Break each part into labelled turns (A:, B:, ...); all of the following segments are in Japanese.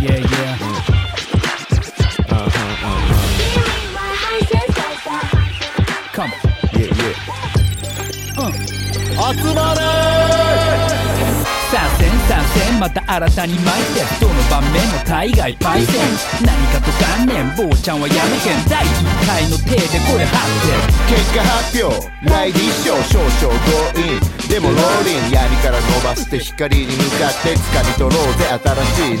A: Yeah, yeah. かも。うん。
B: 集まれ
A: 参戦参戦また新たに巻いてどの場面も大概パイセン何かと観念坊ちゃんはやめへん第1回の手で声張って
B: 結果発表来日賞少々強引でもローリン闇から伸ばして光に向かって掴み取ろうぜ新しい流れ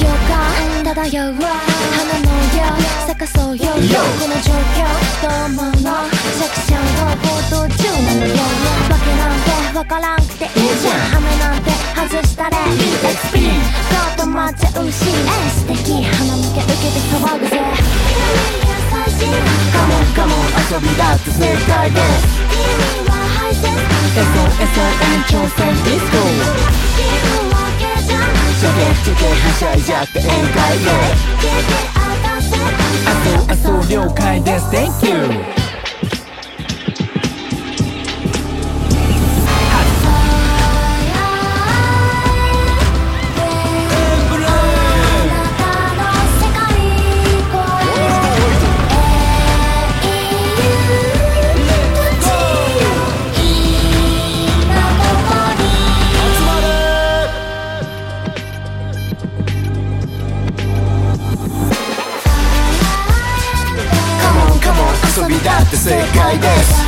C: 予感漂う花のよう咲かそうよこの状況どうもの弱者の行動中なのよわけなんてわからんくていいじゃん雨なんて外したれいいエスピンカート待っちゃうし素敵花向け受けて騒ぐぜ優しいカモンカモン
B: 遊びだって正解です
C: 君は敗戦
A: SOSON 挑戦ディスコ
C: 君はけじゃん
B: ちょけちょけはしゃいじゃって宴会で
A: あそうあそう了解です Thank you
B: カモンカモン遊びだって正解です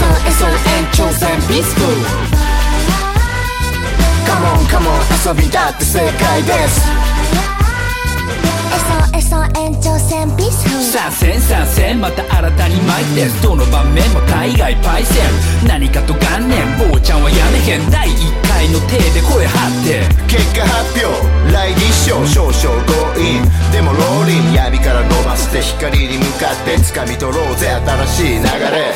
B: SOSON 挑戦ビスクカモンカモン遊びだって正解です
A: 参戦参戦また新たに巻いてどの場面も大概パイセン何かと観念坊ちゃんはやめへん第1回の手で声張って
B: 結果発表来日賞少々強引でもローリン闇から伸ばして光に向かって掴み取ろうぜ新しい流れ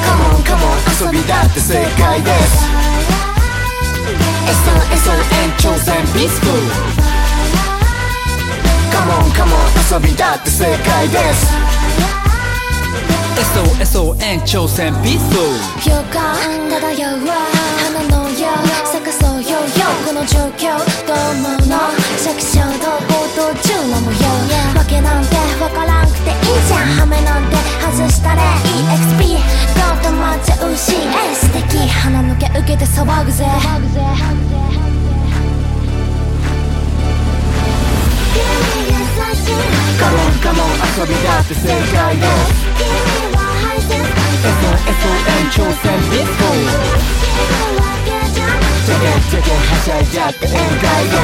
B: カモンカモン遊びだって正解です SOSON 挑戦ビスクカモンカモン遊びだって正解です
A: SOSON 挑戦ピストル
C: 予感漂う花のよう咲かそうよよこの状況どうもの弱小の報道中の模様わけなんてわからんくていいじゃんハメなんて外したれ EXP ガート待っちゃうし素敵花向け受けて騒ぐぜ
B: カモンカモン遊びだって正解です SOSON 挑戦ビスクチェケチェケはしゃいじゃって宴会で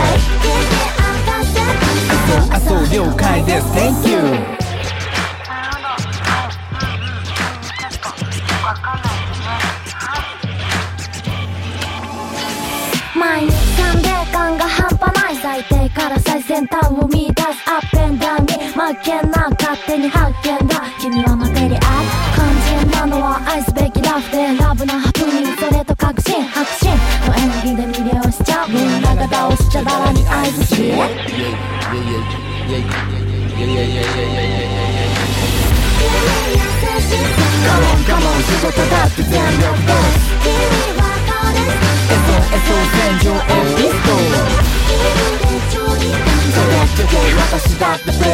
A: あそう了解です Thank you
C: 毎日三霊感が半端ない最低から最先端を見出すアップエンダーに負けな勝手に発見だ君はマテリアル肝心なのは愛すべきラフでラブなハプニングそれと確信白信の演技で魅了しちゃうみんなが倒しちゃだらに合図し
B: カモンカモン仕事だって全力です SOSON 上演ビスクチェケチェケ私だって天才で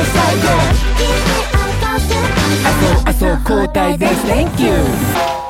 A: あそうあそう交代です Thank you